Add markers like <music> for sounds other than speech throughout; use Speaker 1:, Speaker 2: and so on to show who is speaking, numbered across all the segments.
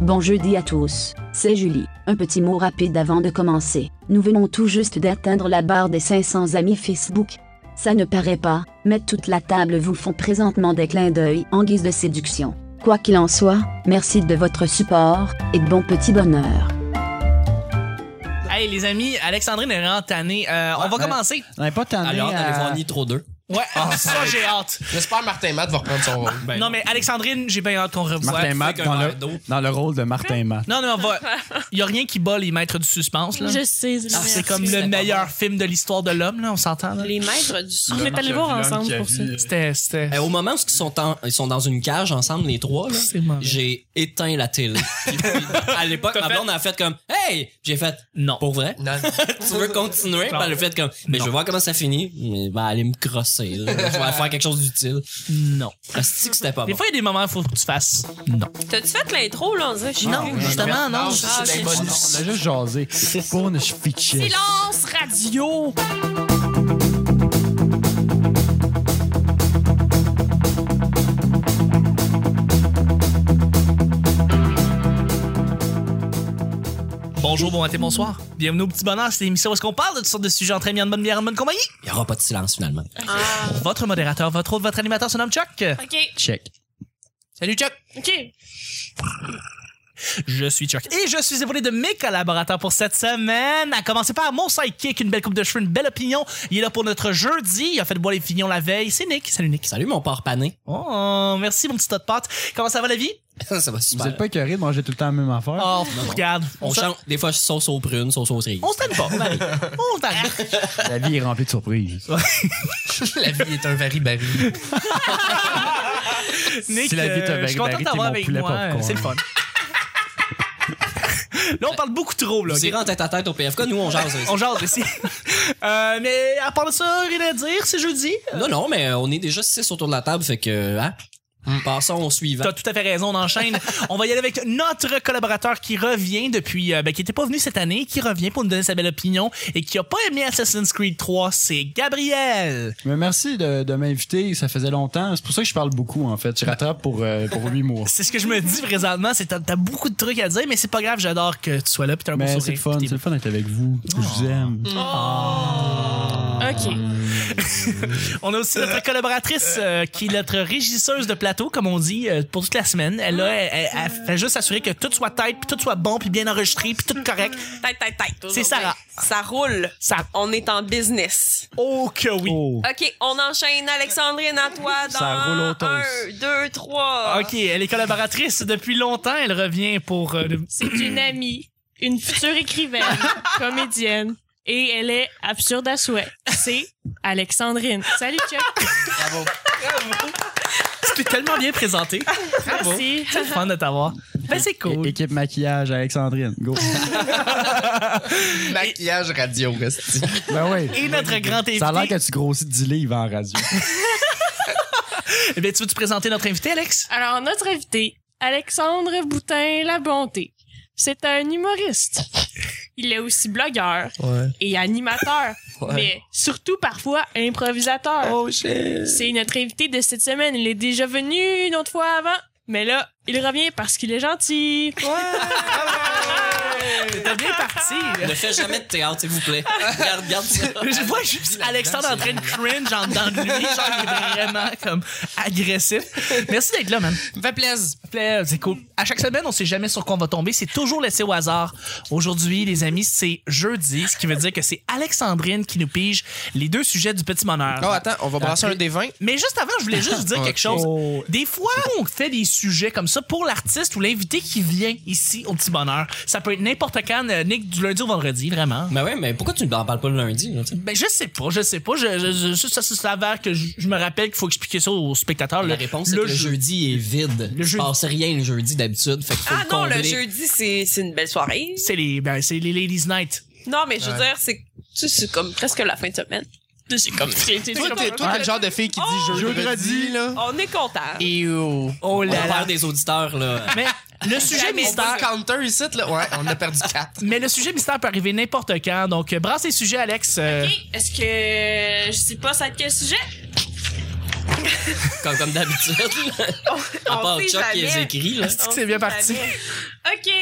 Speaker 1: Bon jeudi à tous, c'est Julie. Un petit mot rapide avant de commencer. Nous venons tout juste d'atteindre la barre des 500 amis Facebook. Ça ne paraît pas, mais toute la table vous font présentement des clins d'œil en guise de séduction. Quoi qu'il en soit, merci de votre support et bon petit bonheur.
Speaker 2: Hey les amis, Alexandrine est vraiment tannée. Euh, on va
Speaker 3: ouais.
Speaker 2: commencer.
Speaker 3: On n'est pas tanné
Speaker 4: Alors,
Speaker 3: à-
Speaker 4: t'avais fourni trop deux.
Speaker 2: Ouais, <laughs> ça j'ai hâte.
Speaker 5: J'espère que Martin Matt va reprendre son rôle.
Speaker 4: Ben,
Speaker 2: non mais Alexandrine, j'ai bien hâte qu'on revoie.
Speaker 3: Martin Matt
Speaker 4: qu'un
Speaker 3: dans
Speaker 4: verre
Speaker 3: le,
Speaker 4: d'eau.
Speaker 3: dans le rôle de Martin Matt.
Speaker 2: Non mais on va. Il y a rien qui bat les maîtres du suspense là.
Speaker 6: Je sais. je
Speaker 2: Ah,
Speaker 6: sais.
Speaker 2: c'est comme
Speaker 4: C'était
Speaker 2: le
Speaker 4: pas
Speaker 2: meilleur
Speaker 4: bon.
Speaker 2: film de l'histoire de l'homme là, on s'entend là.
Speaker 6: Les maîtres du On est allés voir ensemble pour ça.
Speaker 2: C'était c'était.
Speaker 4: Eh, au moment où ils sont, en- ils sont dans une cage ensemble, les trois, là,
Speaker 2: C'est mauvais.
Speaker 4: j'ai éteint
Speaker 2: <laughs>
Speaker 4: la télé. Puis, puis, à l'époque,
Speaker 2: T'as
Speaker 4: ma
Speaker 2: fait-
Speaker 4: blonde a fait comme Hey! J'ai fait
Speaker 2: Non. <laughs>
Speaker 4: Pour vrai?
Speaker 5: Non.
Speaker 4: tu veux continuer? Puis
Speaker 2: Non.
Speaker 4: elle a fait comme Mais je veux voir comment ça finit. Mais ben, allez me crosser. là. Je vais faire quelque chose d'utile.
Speaker 2: Non.
Speaker 4: Asti que c'était pas
Speaker 2: Des
Speaker 4: bon.
Speaker 2: fois il y a des moments où il faut que tu fasses. Non.
Speaker 6: T'as-tu fait l'intro, là, on dirait? que je-
Speaker 7: Ah,
Speaker 2: Non, justement non.
Speaker 5: c'est
Speaker 6: Ah,
Speaker 5: bien
Speaker 6: ok.
Speaker 5: bon.
Speaker 3: On a juste jasé. Pour une fichette.
Speaker 6: Silence radio!
Speaker 2: Bonjour, bon matin, bonsoir. Bienvenue au Petit Bonheur, c'est l'émission où est-ce qu'on parle de toutes sortes de sujets entre amis, en bonne bière, en bonne compagnie.
Speaker 4: Il n'y aura pas de silence finalement.
Speaker 6: Ah,
Speaker 2: Votre modérateur, votre autre, votre animateur se nomme Chuck.
Speaker 6: ok,
Speaker 3: Check.
Speaker 2: Salut Chuck.
Speaker 6: ok.
Speaker 2: Je suis Chuck. Et je suis épaulé de mes collaborateurs pour cette semaine. À commencer par mon sidekick, une belle coupe de cheveux, une belle opinion. Il est là pour notre jeudi. Il a fait boire les fignons la veille. C'est Nick. Salut Nick.
Speaker 4: Salut mon porc pané.
Speaker 2: Oh, merci mon petit tas de pâte. Comment ça va la vie?
Speaker 4: ça va
Speaker 3: Vous
Speaker 4: super.
Speaker 3: êtes pas écœuré de manger tout le temps la même affaire?
Speaker 2: Oh, regarde.
Speaker 4: On
Speaker 2: se-
Speaker 4: chante des fois sauce aux prunes, sauce
Speaker 2: <laughs>
Speaker 4: aux cerises.
Speaker 2: On se tanne pas. On varie.
Speaker 3: <laughs>
Speaker 2: On varie.
Speaker 3: Ah, La vie est remplie de surprises.
Speaker 5: La vie est un vari-bari.
Speaker 2: Nick,
Speaker 3: Si la vie est un
Speaker 2: euh, je suis
Speaker 3: varie-varie,
Speaker 2: content
Speaker 3: t'es
Speaker 2: d'avoir
Speaker 3: mon
Speaker 2: avec
Speaker 3: poulet
Speaker 2: moi.
Speaker 3: popcorn.
Speaker 2: C'est
Speaker 3: <laughs>
Speaker 2: le fun. Là, on parle beaucoup trop, là.
Speaker 4: Vous irez en tête à tête au PFK, nous on jase.
Speaker 2: On jase
Speaker 3: <laughs>
Speaker 2: ici. Euh, mais à part de ça, rien à dire, c'est jeudi.
Speaker 4: Non, non, mais on est déjà six autour de la table, fait que, hein? Passons au suivant.
Speaker 2: T'as tout à fait raison, on enchaîne. on va y aller avec notre collaborateur qui revient depuis, euh, ben, qui était pas venu cette année, qui revient pour nous donner sa belle opinion et qui a pas aimé Assassin's Creed 3, c'est Gabriel.
Speaker 3: Mais merci de, de m'inviter. Ça faisait longtemps. C'est pour ça que je parle beaucoup, en fait. Je rattrape pour, euh, pour 8 <laughs> mois.
Speaker 2: C'est ce que je me dis présentement, c'est t'as, t'as beaucoup de trucs à dire, mais c'est pas grave, j'adore que tu sois là, puis t'as un
Speaker 3: Mais
Speaker 2: beau
Speaker 3: Ben, c'est le
Speaker 2: sourire.
Speaker 3: fun.
Speaker 2: puis
Speaker 3: C'est
Speaker 2: t'es-
Speaker 3: le fun d'être avec vous. Je vous aime.
Speaker 6: Ok.
Speaker 2: On a aussi notre collaboratrice euh, qui est notre régisseuse de plateau, comme on dit, euh, pour toute la semaine. Elle, là, elle, elle- elle fait juste s'assurer que tout soit tête, puis tout soit bon, puis bien enregistré, puis tout correct.
Speaker 6: Tête, tête, tête.
Speaker 2: C'est Sarah.
Speaker 6: Ça roule.
Speaker 2: Ça,
Speaker 6: On est en business.
Speaker 2: oh que oui.
Speaker 3: Oh.
Speaker 6: OK, on enchaîne Alexandrine à toi dans
Speaker 3: Ça roule au toast.
Speaker 6: un, deux,
Speaker 3: Oh.
Speaker 6: trois.
Speaker 2: Ok, elle est collaboratrice depuis longtemps. Elle revient pour. euh, le-
Speaker 8: C'est une amie, une future écrivaine, comédienne, et elle est absurde à souhait. C'est Alexandrine. Salut Chuck,
Speaker 2: C'était tellement bien présenté.
Speaker 8: merci.
Speaker 2: C'est le fun de t'avoir. Ben, c'est
Speaker 3: É-
Speaker 2: cool.
Speaker 3: Équipe maquillage, Alexandrine. <laughs> Go.
Speaker 5: Maquillage radio, Rusty.
Speaker 3: ben oui.
Speaker 2: Et notre grand invité.
Speaker 3: Ça a l'air que tu grossis 10 livres en <laughs> radio.
Speaker 2: Eh bien, tu veux-tu présenter notre invité, Alex?
Speaker 8: Alors, notre invité, Alexandre Boutin La Bonté, c'est un humoriste. Il est aussi blogueur et animateur, mais surtout parfois improvisateur. C'est notre invité de cette semaine. Il est déjà venu une autre fois avant, mais là, il revient parce qu'il est gentil.
Speaker 2: T'es bien parti.
Speaker 4: <laughs> Ne faites jamais de théâtre, s'il vous plaît. Garde, garde ça.
Speaker 2: Je vois juste Alexandre en train de cringe en dedans de lui. Genre, il est vraiment comme agressif. Merci d'être là, man.
Speaker 5: Me fait plaisir.
Speaker 2: plaît, C'est cool. À chaque semaine, on sait jamais sur quoi on va tomber. C'est toujours laissé au hasard. Aujourd'hui, les amis, c'est jeudi, ce qui veut dire que c'est Alexandrine qui nous pige les deux sujets du petit bonheur.
Speaker 5: Oh, attends, on va brasser un des vins.
Speaker 2: Mais juste avant, je voulais juste vous dire quelque chose.
Speaker 3: Oh.
Speaker 2: Des fois, on fait des sujets comme ça pour l'artiste ou l'invité qui vient ici au petit bonheur. Ça peut être n'importe quand, euh, Nick, du lundi au vendredi, vraiment.
Speaker 4: Mais ouais, mais pourquoi tu n'en parles pas le lundi? là, tu sais?
Speaker 2: Ben, je sais pas, je sais pas. Je, je- je- ça, ça s'avère que je, je me rappelle qu'il faut expliquer ça aux spectateurs.
Speaker 4: La
Speaker 2: le-
Speaker 4: réponse, c'est que le
Speaker 2: jeu-
Speaker 4: jeudi est vide.
Speaker 2: Le
Speaker 4: Le
Speaker 2: jeudi-
Speaker 4: jeudi. passe rien le jeudi d'habitude. Fait qu'il faut
Speaker 6: Ah non, le
Speaker 4: combler.
Speaker 6: jeudi, c'est c'est une belle soirée.
Speaker 2: C'est les, ben, c'est les Ladies Night.
Speaker 6: Non, mais je veux dire, c'est tu sais, c'est comme presque la fin de semaine.
Speaker 8: C'est comme
Speaker 5: Toi, t'es toi, t'es le genre de fille qui dit jeudi, là.
Speaker 6: On est content.
Speaker 5: Ew.
Speaker 2: Oh
Speaker 4: On perd des auditeurs, là.
Speaker 2: Mais
Speaker 4: <laughs>
Speaker 2: le sujet
Speaker 5: On voit
Speaker 2: mystère.
Speaker 5: le counter ici, là. Ouais, on a perdu 4.
Speaker 2: Mais le sujet mystère peut arriver n'importe quand. Donc, euh, brasse les sujets, Alex. euh,
Speaker 8: Ok, est-ce que je sais pas ça va être quel sujet?
Speaker 4: comme, comme d'habitude.
Speaker 6: <laughs>
Speaker 4: à part Chuck qui les écrit, là.
Speaker 6: Est-ce
Speaker 2: que c'est bien parti?
Speaker 8: OK!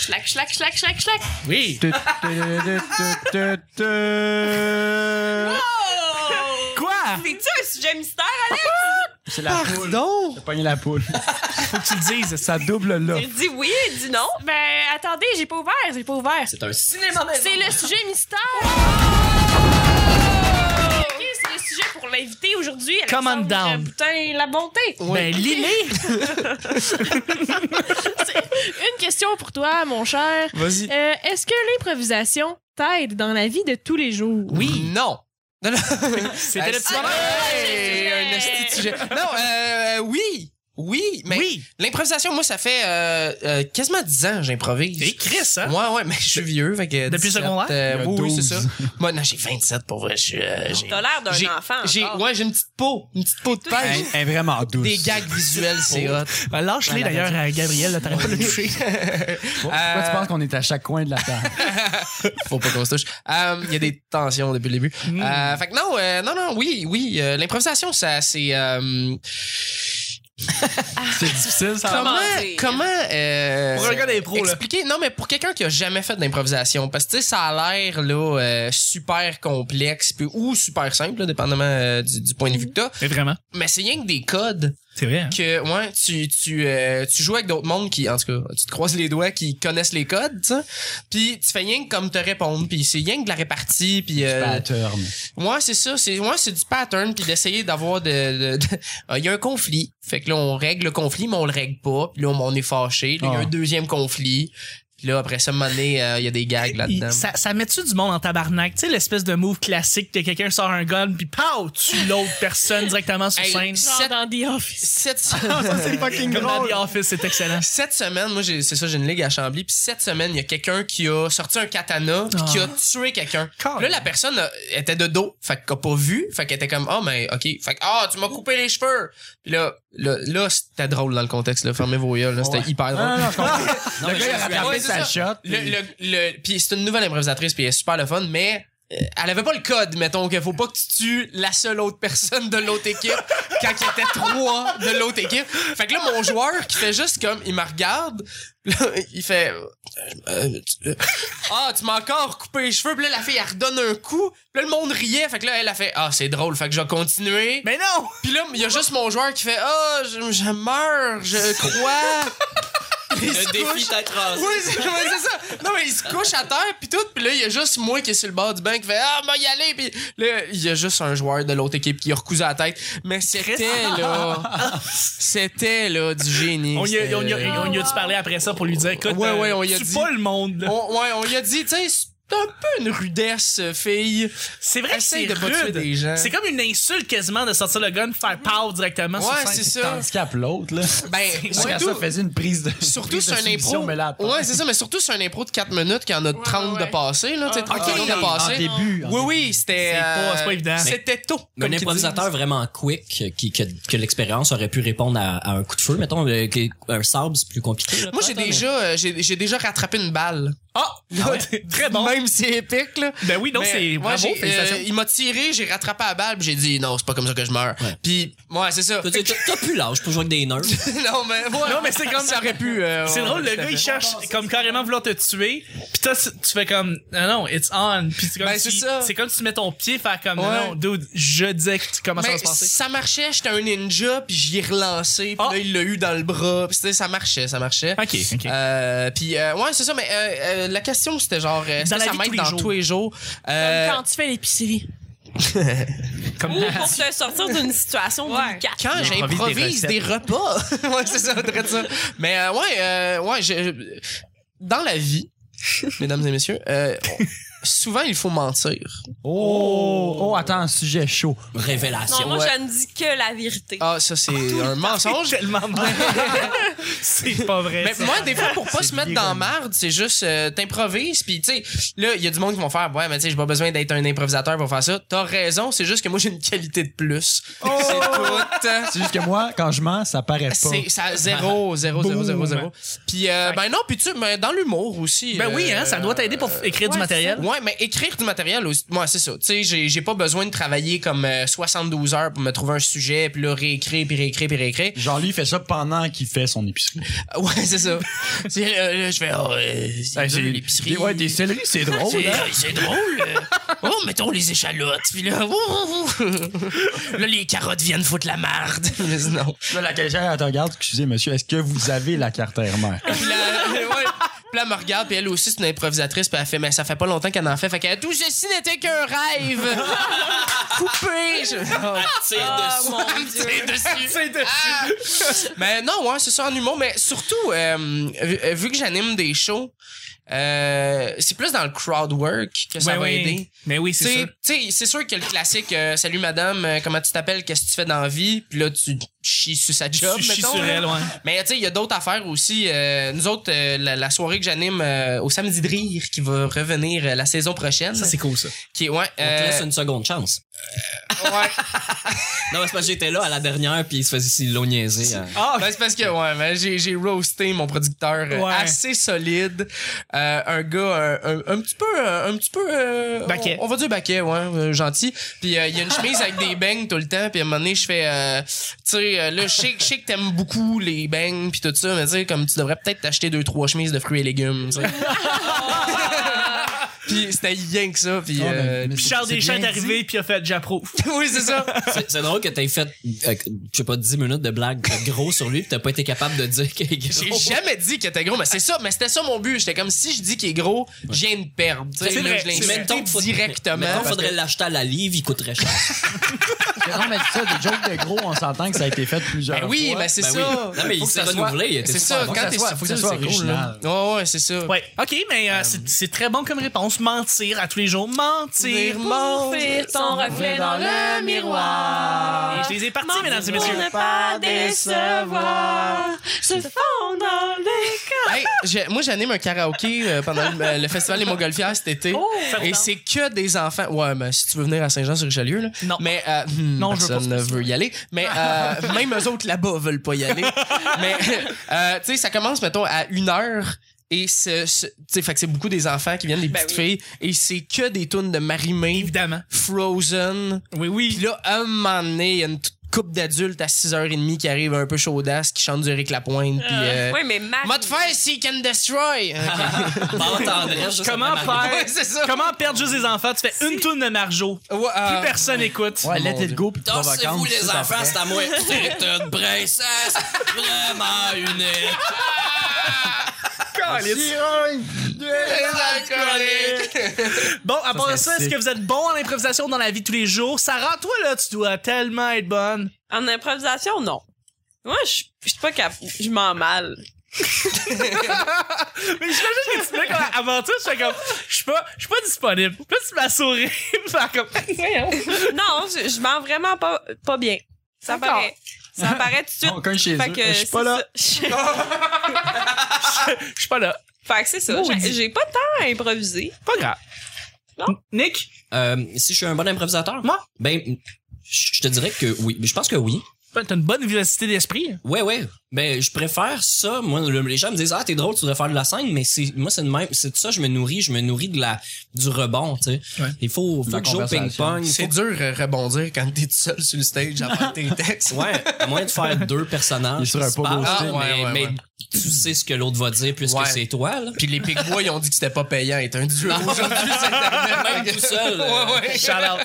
Speaker 8: Schlac, schlac, schlac, schlac, schlac!
Speaker 2: Oui.
Speaker 6: Oh!
Speaker 2: <laughs> Quoi?
Speaker 6: C'est-tu un sujet mystère, Alex?
Speaker 3: C'est la poule.
Speaker 5: Non!
Speaker 3: J'ai pogné la poule.
Speaker 2: Faut que tu le dises.
Speaker 3: Ça double là.
Speaker 6: Il dit oui, il dit non.
Speaker 8: Ben, attendez, j'ai pas ouvert, j'ai pas ouvert.
Speaker 4: C'est un signe.
Speaker 7: Ah, ben,
Speaker 8: C'est le sujet mystère! OK, c'est le sujet pour l'invité aujourd'hui.
Speaker 2: Come on
Speaker 8: Alexandre
Speaker 2: down.
Speaker 8: Boutin, la bonté.
Speaker 2: Ben, lis-les.
Speaker 8: Une question pour toi, mon cher.
Speaker 5: Vas-y.
Speaker 8: Euh, Est-ce que l'improvisation t'aide dans la vie de tous les jours?
Speaker 5: Oui. Non! Non, non.
Speaker 2: C'était le petit
Speaker 5: Ah,
Speaker 2: moment.
Speaker 5: hey, un esti de sujet. Non, euh, euh, oui! Oui, mais
Speaker 2: Oui.
Speaker 5: l'improvisation, moi, ça fait euh, euh, quasiment 10 ans que j'improvise.
Speaker 2: Et Chris, hein?
Speaker 5: Ouais, ouais, mais je suis vieux. Fait que
Speaker 2: Depuis
Speaker 5: 17,
Speaker 2: secondaire?
Speaker 5: euh,
Speaker 3: Il y a
Speaker 5: oui, oui, c'est
Speaker 3: 12.
Speaker 5: ça. Moi, non, j'ai 27 pour vrai. je suis, euh, j'ai-
Speaker 6: T'as l'air
Speaker 5: j'ai-
Speaker 6: d'un enfant.
Speaker 5: j'ai-
Speaker 6: encore.
Speaker 5: Ouais, j'ai une petite peau. Une petite peau de pêche.
Speaker 3: Elle est vraiment douce.
Speaker 5: Des gags visuels, c'est hot.
Speaker 2: Ben, Lâche-les d'ailleurs à Gabriel, là, t'arrêtes pas de le toucher.
Speaker 3: Pourquoi
Speaker 5: Euh,
Speaker 3: tu penses qu'on est à chaque coin de la table?
Speaker 5: <laughs> Faut pas qu'on se touche. Euh, Il y a des tensions depuis le début. Euh, fait que non, euh, non, non, oui, oui. euh, L'improvisation, ça, c'est.
Speaker 2: <laughs>
Speaker 5: euh,
Speaker 3: C'est difficile, ça.
Speaker 5: comment.
Speaker 6: dire?
Speaker 5: Comment. euh,
Speaker 2: Pour un gars d'impro, là.
Speaker 5: Expliquer. Non, mais pour quelqu'un qui a jamais fait d'improvisation, parce que tu sais, ça a l'air là euh, super complexe puis- ou super simple, là, dépendamment euh, du, du point de vue que t'as.
Speaker 2: Mais vraiment.
Speaker 5: Mais c'est rien que des codes
Speaker 2: C'est vrai, hein?
Speaker 5: que ouais, tu tu euh, tu joues avec d'autres mondes qui en tout cas, tu te croises les doigts qui connaissent les codes, tu sais. Puis tu fais rien que comme te répondre, puis c'est rien que de la répartie, puis <laughs> euh,
Speaker 3: Pattern.
Speaker 5: ouais, c'est ça, c'est ouais, c'est du pattern puis d'essayer d'avoir de <laughs> de- de- Ah, il y a un conflit. Fait que là on règle le conflit, mais on le règle pas, puis là on, on est fâché, Là, il y a
Speaker 3: Ah.
Speaker 5: un deuxième conflit. Puis là après ça, à un moment donné, euh, il y a des gags là-dedans.
Speaker 2: Il- ça, ça met-tu du monde en tabarnak? Tu sais, l'espèce de move classique que quelqu'un sort un gun puis pow, tue l'autre personne directement sur
Speaker 5: Hey,
Speaker 2: scène.
Speaker 8: Genre
Speaker 5: Sept-
Speaker 8: dans
Speaker 2: <laughs>
Speaker 8: The Office.
Speaker 5: Cette
Speaker 3: <laughs> Ah,
Speaker 2: c'est fucking Comme dans The Office, c'est excellent.
Speaker 5: Cette semaine, moi, j'ai- c'est ça, j'ai une ligue à Chambly, puis cette semaine, il y a quelqu'un qui a sorti un katana, puis qui a
Speaker 3: Ah.
Speaker 5: tué quelqu'un.
Speaker 2: Calme.
Speaker 5: Là, la personne euh, était de dos, fait qu'elle a pas vu, fait qu'elle était comme, ah, mais OK, fait que, ah, tu m'as coupé les cheveux. Puis là, là, là, c'était drôle dans le contexte, là, fermez vos yeux, là, c'était
Speaker 3: Ouais.
Speaker 5: hyper drôle.
Speaker 3: Non, non, non, je
Speaker 5: <laughs>
Speaker 3: comprends.
Speaker 4: mais
Speaker 3: le gars, il a
Speaker 4: je suis-
Speaker 3: rattrapé
Speaker 5: ouais, c'est
Speaker 3: sa shot.
Speaker 5: Le,
Speaker 3: puis-
Speaker 5: le, le- puis c'est une nouvelle improvisatrice, puis elle est super le fun, mais euh, elle avait pas le code, mettons, qu'il faut pas que tu tues la seule autre personne de l'autre équipe <laughs> quand il y était trois de l'autre équipe. Fait que là, mon joueur qui fait juste comme, il me regarde, <laughs> là, il fait, euh, euh, tu- euh, ah, tu m'as encore coupé les cheveux, puis là, la fille, elle redonne un coup, puis là, le monde riait, fait que là, elle a fait, ah, c'est drôle, fait que je vais continuer.
Speaker 2: Mais non!
Speaker 5: Puis là, il y a juste mon joueur qui fait, ah, je, je meurs, je crois. Il se
Speaker 4: <laughs> Le
Speaker 5: couche.
Speaker 4: défi tête rasée.
Speaker 5: Oui, c'est ouais, c'est ça. Non, mais il se couche à terre, puis tout. Puis là, il y a juste moi qui est sur le bord du banc qui fait Ah, moi, y aller. Puis là, il y a juste un joueur de l'autre équipe qui a recousé la tête. Mais c'était, là. C'était, là, du génie.
Speaker 2: On y a,
Speaker 5: C'était-
Speaker 2: on y a- on y a dû parler après ça pour lui dire, écoute,
Speaker 5: euh, Ouais, ouais, on y a
Speaker 2: tue
Speaker 5: dit.
Speaker 2: pas le monde. là.
Speaker 5: On- ouais, on y a dit, tu sais, c'est un peu une rudesse, euh, fille.
Speaker 2: C'est vrai que c'est
Speaker 5: Essaye de pas tuer
Speaker 2: rude.
Speaker 5: des gens.
Speaker 2: C'est comme une insulte quasiment de sortir le gun, de faire pow directement sur
Speaker 5: Ouais,
Speaker 2: scène.
Speaker 5: c'est ça.
Speaker 3: Handicap l'autre, là.
Speaker 5: Ben,
Speaker 3: Moi, quand ça
Speaker 5: surtout,
Speaker 3: faisait une prise de.
Speaker 5: surtout
Speaker 3: prise de
Speaker 5: sur un
Speaker 3: soumission,
Speaker 5: impro.
Speaker 3: mais là, attends.
Speaker 5: Ouais, c'est ça, mais surtout sur un impro de 4 minutes qui en a 30
Speaker 8: ouais. Ah,
Speaker 5: de passé, là. Tu sais, 30
Speaker 2: ok.
Speaker 5: secondes de
Speaker 3: En
Speaker 5: passé.
Speaker 3: début. en
Speaker 5: Oui, oui, c'était.
Speaker 2: C'est pas-
Speaker 5: euh,
Speaker 2: c'est pas évident.
Speaker 5: C'était tôt.
Speaker 4: Mais
Speaker 5: comme
Speaker 4: un
Speaker 5: qu'ils
Speaker 4: improvisateur vraiment quick euh, qui, que, que l'expérience aurait pu répondre à, à un coup de feu, mettons, euh, que- un sable, c'est plus compliqué. là,
Speaker 5: Moi, j'ai
Speaker 4: peut-être,
Speaker 5: déjà, euh, j'ai, j'ai déjà rattrapé une balle. Ah! <laughs>
Speaker 2: Très bon.
Speaker 5: Même si c'est épique, là.
Speaker 2: Ben oui, non,
Speaker 5: Mais,
Speaker 2: c'est
Speaker 5: ouais,
Speaker 2: bravo,
Speaker 5: j'ai, euh,
Speaker 2: félicitations.
Speaker 5: il m'a tiré, j'ai rattrapé la balle, puis j'ai dit, non, c'est pas comme ça que je meurs.
Speaker 4: Ouais.
Speaker 5: Puis, ouais, c'est ça.
Speaker 4: mais-
Speaker 5: <laughs>
Speaker 4: T'as- t'as- T'as plus l'âge pour jouer avec des nerfs. <laughs>
Speaker 5: non, mais, ouais.
Speaker 2: Non, mais c'est comme-
Speaker 5: ça aurait pu. <laughs> euh,
Speaker 2: C'est
Speaker 5: ouais,
Speaker 2: drôle, le
Speaker 5: tout à
Speaker 2: gars,
Speaker 5: fait.
Speaker 2: il cherche comme carrément vouloir te tuer. Pis toi, c- tu fais comme, non, non, it's on. Pis c'est comme,
Speaker 5: Ben,
Speaker 2: si-
Speaker 5: c'est ça.
Speaker 2: c'est comme si tu mets ton pied, faire comme,
Speaker 5: Ouais.
Speaker 2: non, non, dude, je disais que tu- comment ça
Speaker 5: Mais
Speaker 2: va se passer.
Speaker 5: ça marchait, j'étais un ninja, puis j'y ai relancé, puis
Speaker 2: Ah.
Speaker 5: là, il l'a eu dans le bras, puis c'était- ça marchait, ça marchait.
Speaker 2: Ok, ok.
Speaker 5: Euh, puis, euh, ouais, c'est ça, mais euh, euh, la question, c'était genre, euh, est-ce
Speaker 2: Dans
Speaker 5: que
Speaker 2: la
Speaker 5: ça
Speaker 2: vie de
Speaker 5: m'aide
Speaker 2: tous les
Speaker 5: dans
Speaker 2: jours.
Speaker 5: tous les jours?
Speaker 8: Comme
Speaker 5: Euh,
Speaker 8: quand tu fais l'épicerie.
Speaker 5: <laughs>
Speaker 2: Comme, <laughs>
Speaker 6: Ou pour te sortir d'une situation
Speaker 8: Ouais.
Speaker 6: délicate.
Speaker 5: quand
Speaker 2: J'improvise
Speaker 5: j'improvise
Speaker 2: des
Speaker 5: des, repas. <laughs> ouais, c'est ça, on dirait ça. Mais euh, ouais, euh, ouais, je- dans la vie, mesdames et messieurs, euh, on- souvent il faut mentir.
Speaker 3: Oh, oh, attends, un sujet chaud.
Speaker 4: Révélation.
Speaker 6: Non, moi,
Speaker 5: ouais.
Speaker 6: je ne dis que la vérité.
Speaker 5: Ah, ça c'est un
Speaker 2: mensonge.
Speaker 5: mensonge.
Speaker 2: tellement
Speaker 5: <laughs>
Speaker 2: mal. c'est pas vrai.
Speaker 5: Mais
Speaker 2: ça.
Speaker 5: moi, des fois, pour pas se mettre
Speaker 3: lié
Speaker 5: dans
Speaker 3: comme-
Speaker 5: marde, c'est juste euh, t'improvises. Puis, tu sais, là, il y a du monde qui vont faire Ouais, mais tu sais, j'ai pas besoin d'être un improvisateur pour faire ça. T'as raison, c'est juste que moi, j'ai une qualité de plus. C'est tout.
Speaker 3: C'est juste que moi, quand je mens, ça paraît pas.
Speaker 5: C'est ça, zéro, zéro, zéro, zéro, zéro. Puis, euh, ben non, puis tu sais, mais dans l'humour aussi.
Speaker 2: ben oui,
Speaker 5: euh,
Speaker 2: hein, ça doit t'aider pour f- écrire du matériel.
Speaker 5: Ouais, Ouais, mais écrire du matériel aussi. Moi, c'est ça. Tu sais, j'ai- j'ai pas besoin de travailler comme euh, 72 heures pour me trouver un sujet, puis là, réécrire, puis réécrire, puis réécrire.
Speaker 3: Jean-Lee fait ça pendant qu'il fait son épicerie.
Speaker 5: Ah, Ouais, c'est ça. C'est, euh, là, je fais, oh, euh, c'est dur, l'épicerie.
Speaker 3: Ouais, Ben, des hein? céleris, c'est drôle.
Speaker 5: C'est- C'est drôle. euh. Oh, mettons les échalotes. Puis là, ouh, ouh, ouh. là, les carottes viennent foutre la marde. Mais non.
Speaker 3: Là, la caissière, elle te regarde. Excusez, monsieur, est-ce que vous avez la carte
Speaker 5: <laughs>
Speaker 3: mère
Speaker 5: Puis là, ouais. Puis là, elle me regarde, puis elle aussi, c'est une improvisatrice, puis elle fait, mais ça fait pas longtemps qu'elle en fait. Fait qu'elle tout ceci n'était qu'un rêve. Coupé. Je... Oh,
Speaker 4: C'est de son-
Speaker 5: C'est dessus. Ah! <laughs> Mais non, ouais, c'est ça en humour. Mais surtout, euh, vu, euh, vu que j'anime des shows, euh, c'est plus dans le crowd work que ça
Speaker 2: Ouais,
Speaker 5: va
Speaker 2: ouais.
Speaker 5: aider.
Speaker 2: Mais Ben oui, c'est
Speaker 5: T'sais-
Speaker 2: ça.
Speaker 5: t'sais, C'est sûr que le classique euh, Salut madame, euh, comment tu t'appelles, qu'est-ce que tu fais dans la vie? Puis là, tu chies sur sa job.
Speaker 2: Tu chies
Speaker 5: mettons,
Speaker 2: sur
Speaker 5: là.
Speaker 2: elle, ouais.
Speaker 5: Mais tu sais, il y a d'autres affaires aussi. Euh, nous autres, euh, la, la soirée que j'anime euh, au samedi de rire qui va revenir euh, la saison prochaine.
Speaker 2: Ça, c'est cool, ça.
Speaker 5: qui, ouais,
Speaker 4: On te
Speaker 5: euh,
Speaker 4: laisse une seconde chance.
Speaker 5: ouais.
Speaker 4: Non, mais c'est parce que j'étais là à la dernière, puis ils se faisaient si long niaiser. hein.
Speaker 2: Ah,
Speaker 5: Ben, c'est parce que ouais, ben, j'ai, j'ai roasté mon producteur euh,
Speaker 2: Ouais.
Speaker 5: assez solide. Euh, un gars un, un- un petit peu euh, un petit peu euh,
Speaker 2: Baquet.
Speaker 5: On, on va dire baquet, ouais, euh, gentil. Puis euh, il y a une chemise avec des bangs tout le temps, puis à un moment donné je fais euh, tu sais euh, là je sais je sais que t'aimes beaucoup les bangs puis tout ça, mais tu sais comme tu devrais peut-être t'acheter deux trois chemises de fruits et légumes,
Speaker 3: <laughs>
Speaker 5: tu sais. Puis c'était rien que ça, puis
Speaker 3: Ah, ben,
Speaker 5: euh,
Speaker 3: mais
Speaker 2: Puis
Speaker 3: c'est-
Speaker 2: Charles
Speaker 3: c'est
Speaker 2: Deschamps est
Speaker 3: bien dit.
Speaker 2: arrivé, puis il a fait j'approuve.
Speaker 5: <laughs> oui, c'est ça.
Speaker 4: C'est- C'est drôle que t'aies fait, euh, je sais pas, 10 minutes de blague gros sur lui, puis t'as pas été capable de dire qu'il est
Speaker 5: J'ai
Speaker 4: gros.
Speaker 5: jamais dit qu'il était gros, mais c'est ça, mais c'était ça mon but. J'étais comme si je dis qu'il est gros, je viens de perdre. Tu sais,
Speaker 2: C'est
Speaker 5: là,
Speaker 2: vrai,
Speaker 5: je
Speaker 2: c'est
Speaker 5: l'insulte
Speaker 4: Mettons qu'il faut-
Speaker 5: directement.
Speaker 4: mettons qu'il
Speaker 5: parce
Speaker 4: faudrait
Speaker 5: que-
Speaker 4: l'acheter à la livre, il coûterait cher.
Speaker 5: <laughs>
Speaker 3: Non, mais ça, des jokes de gros, on s'entend que ça a été fait plusieurs
Speaker 5: Ben oui,
Speaker 3: fois.
Speaker 5: mais c'est
Speaker 4: Ben
Speaker 5: ça.
Speaker 4: oui. Non, mais il
Speaker 5: Faut que
Speaker 4: s'est
Speaker 5: ça soit-
Speaker 4: renouvelé, il était
Speaker 5: C'est
Speaker 4: super
Speaker 5: ça,
Speaker 4: bon.
Speaker 5: quand
Speaker 3: Faut que ça
Speaker 5: t'es
Speaker 3: soit- faut que ça
Speaker 5: subtil,
Speaker 3: soit
Speaker 5: c'est cool. là.
Speaker 3: original.
Speaker 5: Ouais, ouais, c'est ça.
Speaker 2: Ouais. OK, mais euh, c'est- c'est très bon comme réponse. Mentir à tous les jours. Mentir.
Speaker 5: Dire mort.
Speaker 6: Fuir ton reflet dans le miroir.
Speaker 2: Et je les ai partis, mesdames et
Speaker 6: Pour
Speaker 2: messieurs.
Speaker 6: ne pas décevoir. Se fond dans les corps.
Speaker 5: Hey, j'ai- moi, j'anime un karaoké euh, pendant le, euh, le festival des Montgolfières cet été.
Speaker 2: Oh,
Speaker 5: et c'est que des enfants. Ouais, mais si tu veux venir à Saint-Jean-sur-Richelieu, là.
Speaker 2: Non.
Speaker 5: Mais, euh, hmm,
Speaker 2: Non, je veux
Speaker 5: personne
Speaker 2: pas.
Speaker 5: ne veut y aller. Mais,
Speaker 2: <laughs>
Speaker 5: euh, même eux autres là-bas veulent pas y aller. mais, euh, tu sais, ça commence, mettons, à une heure. Et ce, ce- tu sais, fait que c'est beaucoup des enfants qui viennent, des petites filles. Et c'est que des tunes de Marimé,
Speaker 2: Ben Évidemment.
Speaker 5: Frozen.
Speaker 2: Oui,
Speaker 5: Puis
Speaker 2: oui.
Speaker 5: là, à un moment donné, il y a une toute couple d'adultes à 6h30 qui arrivent un peu chaudasse, qui chantent du Rick Lapointe. Puis. euh,
Speaker 6: Oui, hein? mais Marie.
Speaker 5: Mode faire Seek and Destroy!
Speaker 4: Parle tendresse, ça, ça
Speaker 2: Comment
Speaker 4: fait mal.
Speaker 2: faire?
Speaker 5: Ouais, c'est ça.
Speaker 2: Comment perdre juste les enfants? Tu fais une toune de Marjo.
Speaker 5: Ouais,
Speaker 2: Plus
Speaker 5: euh,
Speaker 2: personne écoute.
Speaker 3: Ouais,
Speaker 5: Oh Mon
Speaker 3: let it
Speaker 5: Dieu.
Speaker 3: go, puis tu vas en vacances,
Speaker 4: Dansez-vous les
Speaker 3: ça, ça
Speaker 4: enfants, c'est à moi. C'est une princesse vraiment unique.
Speaker 2: Bon, à part ça, est-ce
Speaker 3: sick.
Speaker 2: que vous êtes bon en improvisation dans la vie de tous les jours? Sarah, toi, là, tu dois tellement être bonne.
Speaker 6: En improvisation, non. Moi, je suis- je suis pas capable. Je m'en mal.
Speaker 2: Mais j'imagine que <laughs> tu te mets comme avant tout, je fais comme, je suis pas, je suis pas disponible. Puis Là, tu m'as souri, <laughs> faire comme,
Speaker 6: non, je, je mens vraiment pas, pas bien. Ça
Speaker 2: D'accord.
Speaker 6: paraît. Ça paraît tout de
Speaker 3: <laughs>
Speaker 6: suite.
Speaker 3: Aucun chez
Speaker 6: Fait
Speaker 3: eux.
Speaker 6: que
Speaker 3: Je suis pas
Speaker 6: c'est
Speaker 3: là.
Speaker 7: <laughs>
Speaker 6: ça.
Speaker 2: je suis pas là.
Speaker 6: fait que c'est ça. J'ai- J'ai pas tant à improviser.
Speaker 2: Pas grave.
Speaker 6: Non.
Speaker 2: Nick?
Speaker 4: Euh, si je suis un bon improvisateur,
Speaker 2: Moi?
Speaker 4: ben, je je te dirais que oui. Je pense que oui.
Speaker 2: Ben, T'as une bonne vivacité d'esprit.
Speaker 4: Ouais, ouais. Ben, je préfère ça. Moi, le- les gens me disent, ah, t'es drôle, tu devrais faire de la scène, mais c'est, moi, c'est de même. C'est de ça, je me nourris. Je me nourris de la, du rebond, tu sais.
Speaker 2: Ouais.
Speaker 4: Il faut, faut
Speaker 3: La
Speaker 4: que je joue au
Speaker 3: conversation.
Speaker 4: ping-pong.
Speaker 5: C'est
Speaker 4: Faut...
Speaker 5: dur de rebondir quand t'es tout seul sur le stage avant tes textes.
Speaker 4: Ouais, à moins de faire deux personnages.
Speaker 3: Il serait
Speaker 4: qui se
Speaker 3: pas beau
Speaker 4: parlent, mais,
Speaker 5: aussi. Ah, ouais, ouais,
Speaker 4: mais
Speaker 5: ouais.
Speaker 4: tu sais ce que l'autre va dire puisque
Speaker 5: Ouais.
Speaker 4: c'est toi, là.
Speaker 5: Puis les Pigbois, ils ont dit que c'était pas payant être un duo aujourd'hui. c'est Internet.
Speaker 4: Même tout seul. euh,
Speaker 5: Ouais, ouais.
Speaker 2: Shout out.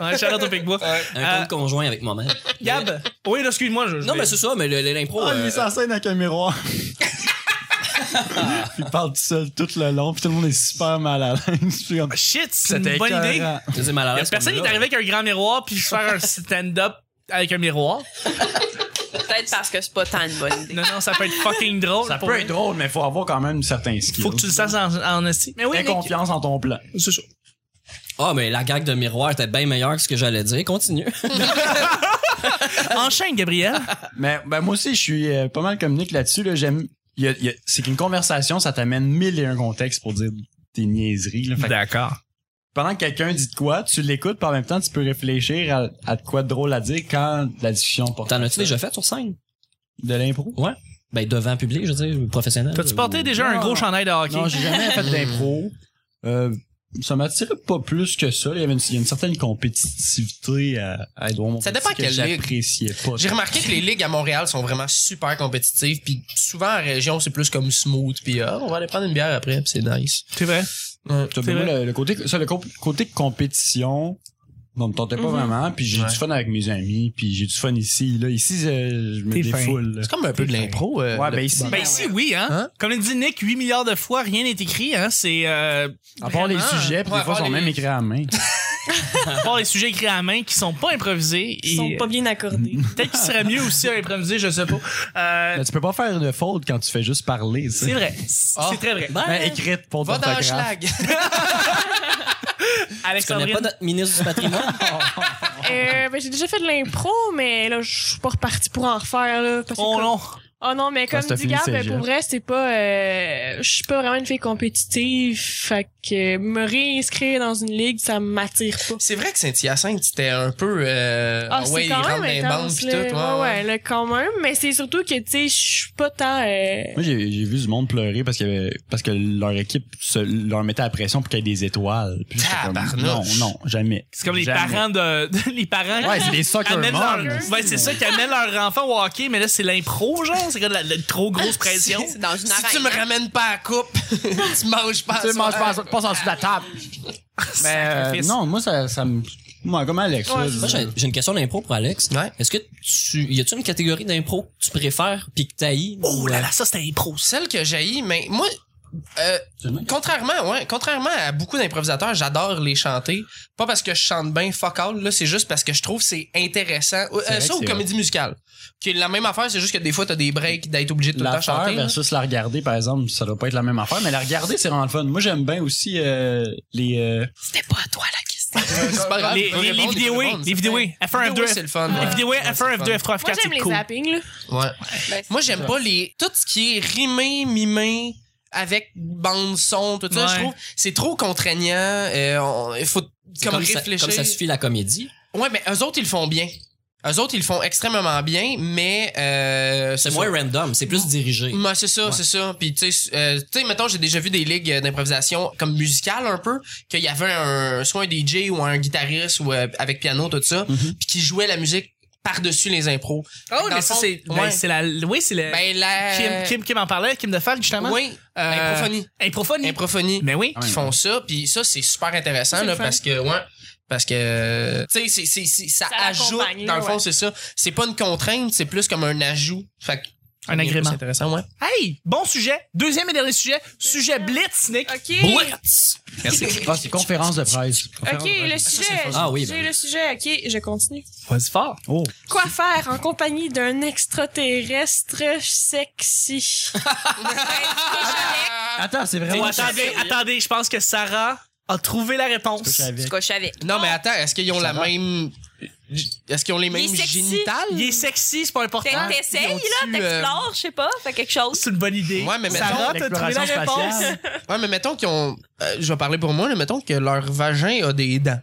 Speaker 2: Ouais, shout out au Picbois.
Speaker 4: Un
Speaker 2: Euh,
Speaker 4: compte conjoint avec moi-même.
Speaker 2: Gab? Oui, là, excuse-moi, je. je
Speaker 4: Non,
Speaker 2: vais-
Speaker 4: mais c'est ça, mais le- l'impro.
Speaker 3: Ah, il
Speaker 4: euh,
Speaker 3: met ça en scène avec un <laughs> miroir. il parle tout seul tout le long, puis tout le monde est super mal <laughs> à l'aise. Puis comme,
Speaker 2: Shit, c'est
Speaker 3: C'était
Speaker 2: une bonne idée.
Speaker 3: écœurant.
Speaker 4: je dis mal à
Speaker 2: Y a
Speaker 4: l'aise
Speaker 2: personne qui
Speaker 4: comme
Speaker 2: est
Speaker 4: là.
Speaker 2: arrivé avec un grand miroir puis faire un stand-up avec un miroir.
Speaker 6: Peut-être parce que c'est pas tant une bonne idée.
Speaker 2: Non, non, ça peut être fucking drôle.
Speaker 3: Ça
Speaker 2: pour
Speaker 3: peut
Speaker 2: vrai.
Speaker 3: être drôle, mais faut avoir quand même certains skills.
Speaker 2: Faut que tu le sasses en, en esti. Ben, Mais oui,
Speaker 3: Fais
Speaker 2: Nick,
Speaker 3: confiance en ton plan.
Speaker 2: c'est ça.
Speaker 4: Ah, mais la gag de miroir était bien meilleure que ce que j'allais dire. Continue.
Speaker 2: Enchaîne, Gabriel.
Speaker 3: Mais ben, moi aussi, je suis euh, pas mal communique là-dessus. Là, J'aime. il y a- il y a- C'est qu'une conversation, ça t'amène mille et un contextes pour dire tes niaiseries. là. Fait que
Speaker 2: D'accord.
Speaker 3: pendant que quelqu'un dit de quoi, tu l'écoutes, puis en même temps, tu peux réfléchir à, à de quoi de drôle à dire quand la discussion porte
Speaker 4: T'en as-tu déjà fait sur scène?
Speaker 3: de l'impro.
Speaker 4: Ouais. Ben, devant public, je veux dire, professionnel.
Speaker 2: T'as-tu
Speaker 4: Ou-
Speaker 2: porté déjà un
Speaker 3: Non.
Speaker 5: <laughs>
Speaker 2: gros chandail de hockey?
Speaker 3: Non, j'ai jamais fait d'impro. Euh, ça m'attirait pas plus que ça. Il y avait une, il y a une certaine compétitivité à, à Edouard Montpetit
Speaker 5: Ça dépend
Speaker 3: que
Speaker 5: quelle ligue.
Speaker 3: j'appréciais pas.
Speaker 5: J'ai remarqué que les ligues à Montréal sont vraiment super compétitives, puis souvent en région c'est plus comme smooth, puis ah, on va aller prendre une bière après, puis c'est nice.
Speaker 2: C'est vrai.
Speaker 3: T'as
Speaker 2: C'est
Speaker 3: vu, le, le côté, ça, le comp- côté compétition, on me tentait pas
Speaker 5: Mm-hmm.
Speaker 8: Mhm.
Speaker 3: vraiment, puis j'ai
Speaker 5: Ouais.
Speaker 3: du fun avec mes amis, puis j'ai du fun ici, là. Ici, je, je me
Speaker 2: T'es
Speaker 3: défoule. là.
Speaker 5: C'est comme un peu de l'impro. euh,
Speaker 3: Ouais,
Speaker 5: le-
Speaker 3: ben ici,
Speaker 2: Ben ici, oui, hein?
Speaker 5: Hein?
Speaker 2: Comme le dit Nick, 8 milliards de fois, rien n'est écrit, hein? C'est... Euh,
Speaker 3: à part les
Speaker 5: vraiment,
Speaker 3: sujets, puis
Speaker 5: ouais,
Speaker 3: des fois, ils
Speaker 5: à part
Speaker 3: sont
Speaker 5: les- Euh,
Speaker 3: même écrits à la main.
Speaker 2: à part les sujets écrits à la main qui sont pas improvisés.
Speaker 6: Ils sont
Speaker 2: et-
Speaker 6: pas bien accordés.
Speaker 2: Peut-être qu'il serait mieux aussi à improviser, je sais pas. Euh,
Speaker 3: Ben, tu peux pas faire de faute quand tu fais juste parler, tu sais.
Speaker 2: c'est vrai. C'est
Speaker 5: Ah.
Speaker 2: très vrai.
Speaker 3: Ben, écrite pour
Speaker 5: Va dans le
Speaker 3: t'orthographe.
Speaker 5: schlag.
Speaker 4: Tu connais pas
Speaker 2: Alexandrine,
Speaker 4: notre ministre du patrimoine?
Speaker 8: Euh, ben, j'ai déjà fait de l'impro, mais là, je suis pas repartie pour en refaire, là. parce que
Speaker 2: oh
Speaker 8: comme-
Speaker 2: non.
Speaker 8: Oh non, mais
Speaker 3: Quand
Speaker 8: comme
Speaker 3: t'as
Speaker 8: dit
Speaker 3: fini
Speaker 8: Gab,
Speaker 3: le
Speaker 8: ben,
Speaker 3: cégep.
Speaker 8: pour vrai, c'est pas... euh, je suis pas vraiment une fille compétitive, fait que me réinscrire dans une ligue, ça m'attire pas.
Speaker 5: C'est vrai que Saint-Hyacinthe, c'était un peu. Euh,
Speaker 8: Ah,
Speaker 5: ah
Speaker 8: c'est
Speaker 5: ouais,
Speaker 8: quand
Speaker 5: il rentre
Speaker 8: même
Speaker 5: dans les bandes
Speaker 8: intense,
Speaker 5: pis
Speaker 8: là.
Speaker 5: tout.
Speaker 8: ouais, ouais, là, quand même, mais c'est surtout que, tu sais, je suis pas tant... euh,
Speaker 3: Moi, j'ai j'ai vu du monde pleurer parce, qu'il y avait- parce que leur équipe se- leur mettait la pression pour qu'il y ait des étoiles. Puis j'étais comme,
Speaker 5: Tabarnouche.
Speaker 3: non, non, jamais.
Speaker 2: C'est comme les
Speaker 3: Jamais.
Speaker 2: parents de, <laughs> de- les parents
Speaker 3: Ouais,
Speaker 2: qui
Speaker 3: c'est des soccer
Speaker 2: amènent leur,
Speaker 3: moms.
Speaker 2: ouais, c'est ça qui amènent leur enfant au hockey, mais là c'est l'impro genre, c'est comme la, la trop
Speaker 7: Ah,
Speaker 2: grosse pression.
Speaker 7: C'est dans une hein?
Speaker 5: Si tu
Speaker 7: arène.
Speaker 6: hein.
Speaker 5: me ramènes pas à coupe, <laughs> tu manges pas.
Speaker 3: Tu sais,
Speaker 5: à
Speaker 3: mange
Speaker 5: soir.
Speaker 3: pas, passe en dessous de la table. Mais
Speaker 2: Ben,
Speaker 3: euh,
Speaker 2: Sacrifice.
Speaker 3: non, moi, ça, ça me. Moi, comme Alex.
Speaker 8: Ouais,
Speaker 3: là,
Speaker 8: c'est
Speaker 4: Moi, j'ai j'ai une question d'impro pour Alex.
Speaker 5: Ouais.
Speaker 4: Est-ce que tu, y a-tu une catégorie d'impro que tu préfères pis que t'haïs?
Speaker 2: Oh là là, ça c'est impro. ça.
Speaker 5: Celle que j'ai, mais moi, euh, contrairement, ouais, contrairement à beaucoup d'improvisateurs, j'adore les chanter. Pas parce que je chante bien fuck all, là, c'est juste parce que je trouve que c'est intéressant. Euh,
Speaker 3: C'est vrai
Speaker 5: ça
Speaker 3: que
Speaker 5: ou
Speaker 3: c'est
Speaker 5: comédie musicale. Qui est la même affaire, c'est juste que des fois, t'as des breaks d'être obligé de tout le temps
Speaker 3: L'affaire
Speaker 5: chanter. là.
Speaker 3: versus la regarder, par exemple, ça doit pas être la même affaire, mais la regarder, c'est vraiment le fun. Moi, j'aime bien aussi euh, les. euh,
Speaker 7: C'était pas à toi la question.
Speaker 5: C'est pas grave,
Speaker 2: Les,
Speaker 5: je peux
Speaker 2: les, les
Speaker 5: répondre, je peux
Speaker 2: vidéos,
Speaker 5: répondre,
Speaker 2: les
Speaker 5: c'est
Speaker 2: vidéos,
Speaker 5: vrai.
Speaker 2: F1,
Speaker 5: Vidéo,
Speaker 2: F2,
Speaker 5: c'est le fun.
Speaker 2: Les
Speaker 5: ouais.
Speaker 2: vidéos
Speaker 5: Ouais, c'est
Speaker 2: F1,
Speaker 5: le
Speaker 2: F2,
Speaker 5: fun.
Speaker 2: F3, F4,
Speaker 8: Moi, j'aime
Speaker 2: c'est
Speaker 8: les
Speaker 2: cool.
Speaker 8: zappings, là.
Speaker 5: Ouais.
Speaker 7: Ben,
Speaker 5: Moi, j'aime pas les. Tout ce qui est rimé, mimé, avec bande-son, tout ça,
Speaker 2: Ouais.
Speaker 5: je trouve, c'est trop contraignant. Euh, on- Il faut
Speaker 4: C'est
Speaker 5: comme,
Speaker 4: ça-
Speaker 5: réfléchir.
Speaker 4: euh, comme ça suffit la comédie.
Speaker 5: Ouais, mais eux autres, ils le font bien. Eux autres, ils le font extrêmement bien, mais. Euh,
Speaker 4: C'est moins random, c'est plus dirigé.
Speaker 5: Moi, c'est ça,
Speaker 4: Ouais.
Speaker 5: c'est ça. Puis, tu sais, euh, tu sais, mettons, j'ai déjà vu des ligues euh, d'improvisation comme musicale un peu, qu'il y avait un, soit un DJ ou un guitariste ou euh, avec piano, tout ça,
Speaker 4: Mm-hmm.
Speaker 5: puis qui jouait la musique par-dessus les impros.
Speaker 2: Oh,
Speaker 5: Dans
Speaker 2: mais
Speaker 5: le
Speaker 2: ça
Speaker 5: fond,
Speaker 2: c'est ben,
Speaker 5: ouais.
Speaker 2: c'est la oui, c'est le
Speaker 5: Ben, la.
Speaker 2: Kim, Kim Kim en parlait, Kim de Fall justement.
Speaker 5: Oui,
Speaker 2: Euh,
Speaker 5: improphonie.
Speaker 2: Improphonie.
Speaker 5: Improphonie.
Speaker 2: Mais oui.
Speaker 5: qui font ça puis ça c'est super intéressant là, parce que ouais parce que tu sais c'est- c'est- c'est- ça,
Speaker 8: Ça
Speaker 5: ajoute
Speaker 8: l'accompagne,
Speaker 5: dans le fond
Speaker 8: ouais.
Speaker 5: c'est ça c'est pas une contrainte c'est plus comme un ajout fait que ça
Speaker 2: Un
Speaker 5: devient
Speaker 2: agrément.
Speaker 5: plus intéressant ouais
Speaker 2: Hey, bon sujet. Deuxième et dernier sujet, sujet blitz Nick.
Speaker 8: OK.
Speaker 2: Blitz.
Speaker 3: Ah, c'est conférence de presse.
Speaker 8: OK, le sujet.
Speaker 4: Ah oui,
Speaker 8: J'ai
Speaker 4: ben
Speaker 8: le sujet. OK, je continue.
Speaker 2: Vas-y fort.
Speaker 3: Oh,
Speaker 8: Quoi faire en compagnie d'un extraterrestre sexy?
Speaker 3: attends, c'est
Speaker 2: Oh,
Speaker 3: vraiment.
Speaker 2: attendez, attendez, je pense que Sarah a trouvé la réponse.
Speaker 7: Tu coches avec.
Speaker 5: non mais attends est-ce qu'ils ont la
Speaker 3: va.
Speaker 5: même est-ce qu'ils ont les mêmes
Speaker 7: sexy.
Speaker 5: génitales
Speaker 2: Il est sexy, c'est pas important.
Speaker 7: Fait que T'essayes,
Speaker 5: ils
Speaker 7: là,
Speaker 5: ont-tu, euh,
Speaker 7: t'explores, je sais pas, fais quelque chose.
Speaker 2: C'est une bonne idée.
Speaker 5: Ouais, mais mettons,
Speaker 2: Sarah, t'as trouvé la
Speaker 3: l'exploration
Speaker 2: réponse.
Speaker 3: spatiale.
Speaker 5: ouais mais mettons qu'ils ont euh, je vais parler pour moi là, mettons que leur vagin a des dents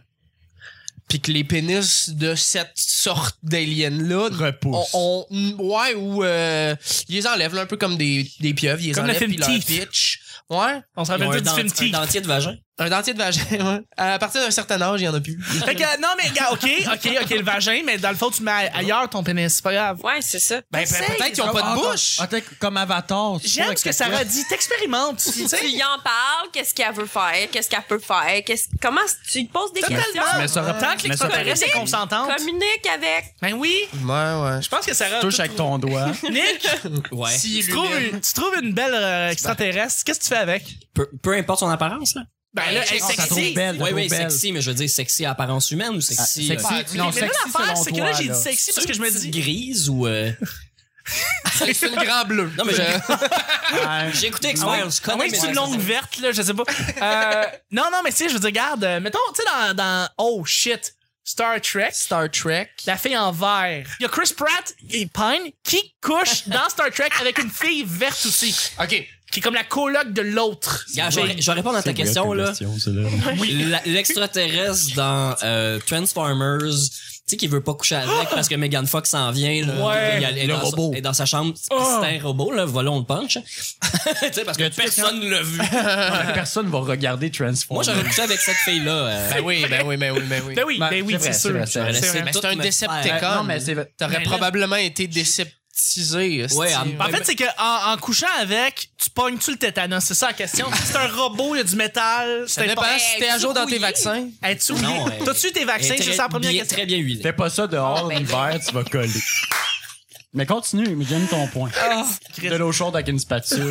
Speaker 5: puis que les pénis de cette sorte d'aliens là
Speaker 3: Repousse.
Speaker 5: On, on- ouais, ou euh, ils les enlèvent là, un peu comme des, des pieuvres, ils les
Speaker 2: Comme le
Speaker 5: enlèvent
Speaker 2: film
Speaker 5: puis ils leur
Speaker 2: Teeth.
Speaker 5: pitch. Ouais,
Speaker 2: On se
Speaker 4: Ils
Speaker 2: rappelle
Speaker 4: ont
Speaker 2: tous
Speaker 4: un,
Speaker 2: du
Speaker 4: dent-
Speaker 2: film
Speaker 4: un
Speaker 2: Teeth.
Speaker 4: dentier de vagin.
Speaker 5: un dentier de vagin, <laughs> ouais. À partir d'un certain âge, il y en a plus.
Speaker 2: Fait que, euh, non, mais gars, OK, OK, OK, le vagin, mais dans le fond, tu mets ailleurs ton pénis, c'est pas grave.
Speaker 6: Ouais, c'est ça.
Speaker 5: Ben, peut-être qu'ils ont pas de bouche.
Speaker 3: Attends, ah, comme Avatar. tu sais,
Speaker 2: J'aime ce que
Speaker 3: avec la
Speaker 2: Sarah dit, t'expérimentes. tu
Speaker 3: <laughs>
Speaker 7: Tu
Speaker 2: sais.
Speaker 7: y en parles, qu'est-ce qu'elle veut faire, qu'est-ce qu'elle peut faire, qu'est-ce comment tu lui poses des questions.
Speaker 2: Totalement.
Speaker 3: Mais ça rep-
Speaker 2: Tant que
Speaker 3: mais ça
Speaker 2: l'extraterrestre est
Speaker 7: rep-
Speaker 2: consentante.
Speaker 7: Communique avec.
Speaker 2: Ben oui,
Speaker 5: Ouais, ouais.
Speaker 2: je pense que Sarah. a
Speaker 3: Touche
Speaker 2: tout
Speaker 3: avec ton doigt.
Speaker 2: trouvé.
Speaker 3: <laughs>
Speaker 2: Nick,
Speaker 4: Ouais.
Speaker 5: Si,
Speaker 2: tu trouves,
Speaker 5: lui-même.
Speaker 2: une, tu trouves une belle euh, extraterrestre, qu'est-ce que tu fais avec?
Speaker 4: Peu, peu importe son apparence, là.
Speaker 2: Ben là, elle est
Speaker 3: Non, ça trouve
Speaker 2: sexy.
Speaker 3: belle. ça
Speaker 4: Oui,
Speaker 3: trouve
Speaker 4: oui,
Speaker 3: belle.
Speaker 4: sexy, mais je veux dire sexy à apparence humaine ou
Speaker 3: Ah,
Speaker 4: sexy.
Speaker 3: Sexy.
Speaker 4: euh,
Speaker 3: Non,
Speaker 2: mais là,
Speaker 3: sexy
Speaker 2: l'affaire,
Speaker 3: selon
Speaker 2: c'est que là,
Speaker 3: toi,
Speaker 2: j'ai dit
Speaker 3: là.
Speaker 2: sexy parce que je me
Speaker 4: petite
Speaker 2: dis.
Speaker 4: grise
Speaker 2: <laughs>
Speaker 4: ou. euh,
Speaker 5: <laughs> C'est c'est une grande bleue.
Speaker 4: Non, mais j'ai-
Speaker 3: Ouais.
Speaker 4: j'ai écouté
Speaker 2: Ah ouais,
Speaker 4: X-Files. je
Speaker 2: ah
Speaker 4: connais
Speaker 2: ouais,
Speaker 4: mes
Speaker 2: c'est une
Speaker 4: X-Files.
Speaker 2: longue verte, là, je sais pas. Euh, non, non, mais tu sais, je veux dire, regarde, euh, mettons, tu sais, dans, dans Oh shit, Star Trek,
Speaker 5: Star Trek.
Speaker 2: la fille en vert. Il y a Chris Pratt et Pine qui couchent dans Star Trek avec une fille verte aussi,
Speaker 5: OK.
Speaker 2: qui est comme la coloc de l'autre.
Speaker 4: Gars, je vais je vais répondre à ta
Speaker 3: C'est
Speaker 4: question,
Speaker 3: vrai,
Speaker 4: là.
Speaker 3: question, celle-là.
Speaker 4: La- L'extraterrestre dans euh, Transformers, sais, qu'il veut pas coucher avec parce que Megan Fox s'en vient. Là,
Speaker 2: Ah! Ouais.
Speaker 4: Elle- elle est
Speaker 3: Le
Speaker 4: dans sa-
Speaker 3: robot.
Speaker 4: elle est dans sa chambre.
Speaker 2: Oh.
Speaker 4: C'est un robot, là. Voilà, on le punch. hein. <laughs> tu sais, parce que personne ne l'a vu.
Speaker 3: Personne va regarder Transformers.
Speaker 4: Moi, j'aurais couché avec cette fille-là. euh,
Speaker 5: Ben oui, ben oui, ben oui, ben oui.
Speaker 2: Ben oui,
Speaker 3: Ben,
Speaker 2: ben oui,
Speaker 3: c'est
Speaker 2: c'est
Speaker 3: vrai, c'est
Speaker 2: sûr.
Speaker 3: vrai, c'est vrai.
Speaker 2: C'est vrai.
Speaker 5: Mais
Speaker 4: tout
Speaker 5: c'est un
Speaker 4: me
Speaker 5: Decepticon.
Speaker 4: faire.
Speaker 3: Non, mais c'est
Speaker 5: T'aurais
Speaker 2: là-
Speaker 5: probablement été déceptisé. hostie.
Speaker 4: Ouais, en-
Speaker 2: En fait, c'est que en, en couchant avec, tu pognes-tu le tétanos? C'est ça la question. C'est un robot, il y a du métal.
Speaker 5: Ça
Speaker 2: C'est
Speaker 5: dépend
Speaker 2: important.
Speaker 5: si t'es à jour dans tes vaccins.
Speaker 2: As-tu oublié?
Speaker 4: Non, euh,
Speaker 2: T'as-tu tes
Speaker 4: Elle est
Speaker 2: vaccins?
Speaker 4: très
Speaker 2: C'est ça la première
Speaker 4: bien-
Speaker 2: question.
Speaker 4: Très bien
Speaker 3: <laughs>
Speaker 4: huilée.
Speaker 3: Fais pas ça dehors
Speaker 7: Oh, ben
Speaker 3: l'hiver, tu vas coller. Mais continue, mais gagne ton point. De l'eau chaude avec une spatule.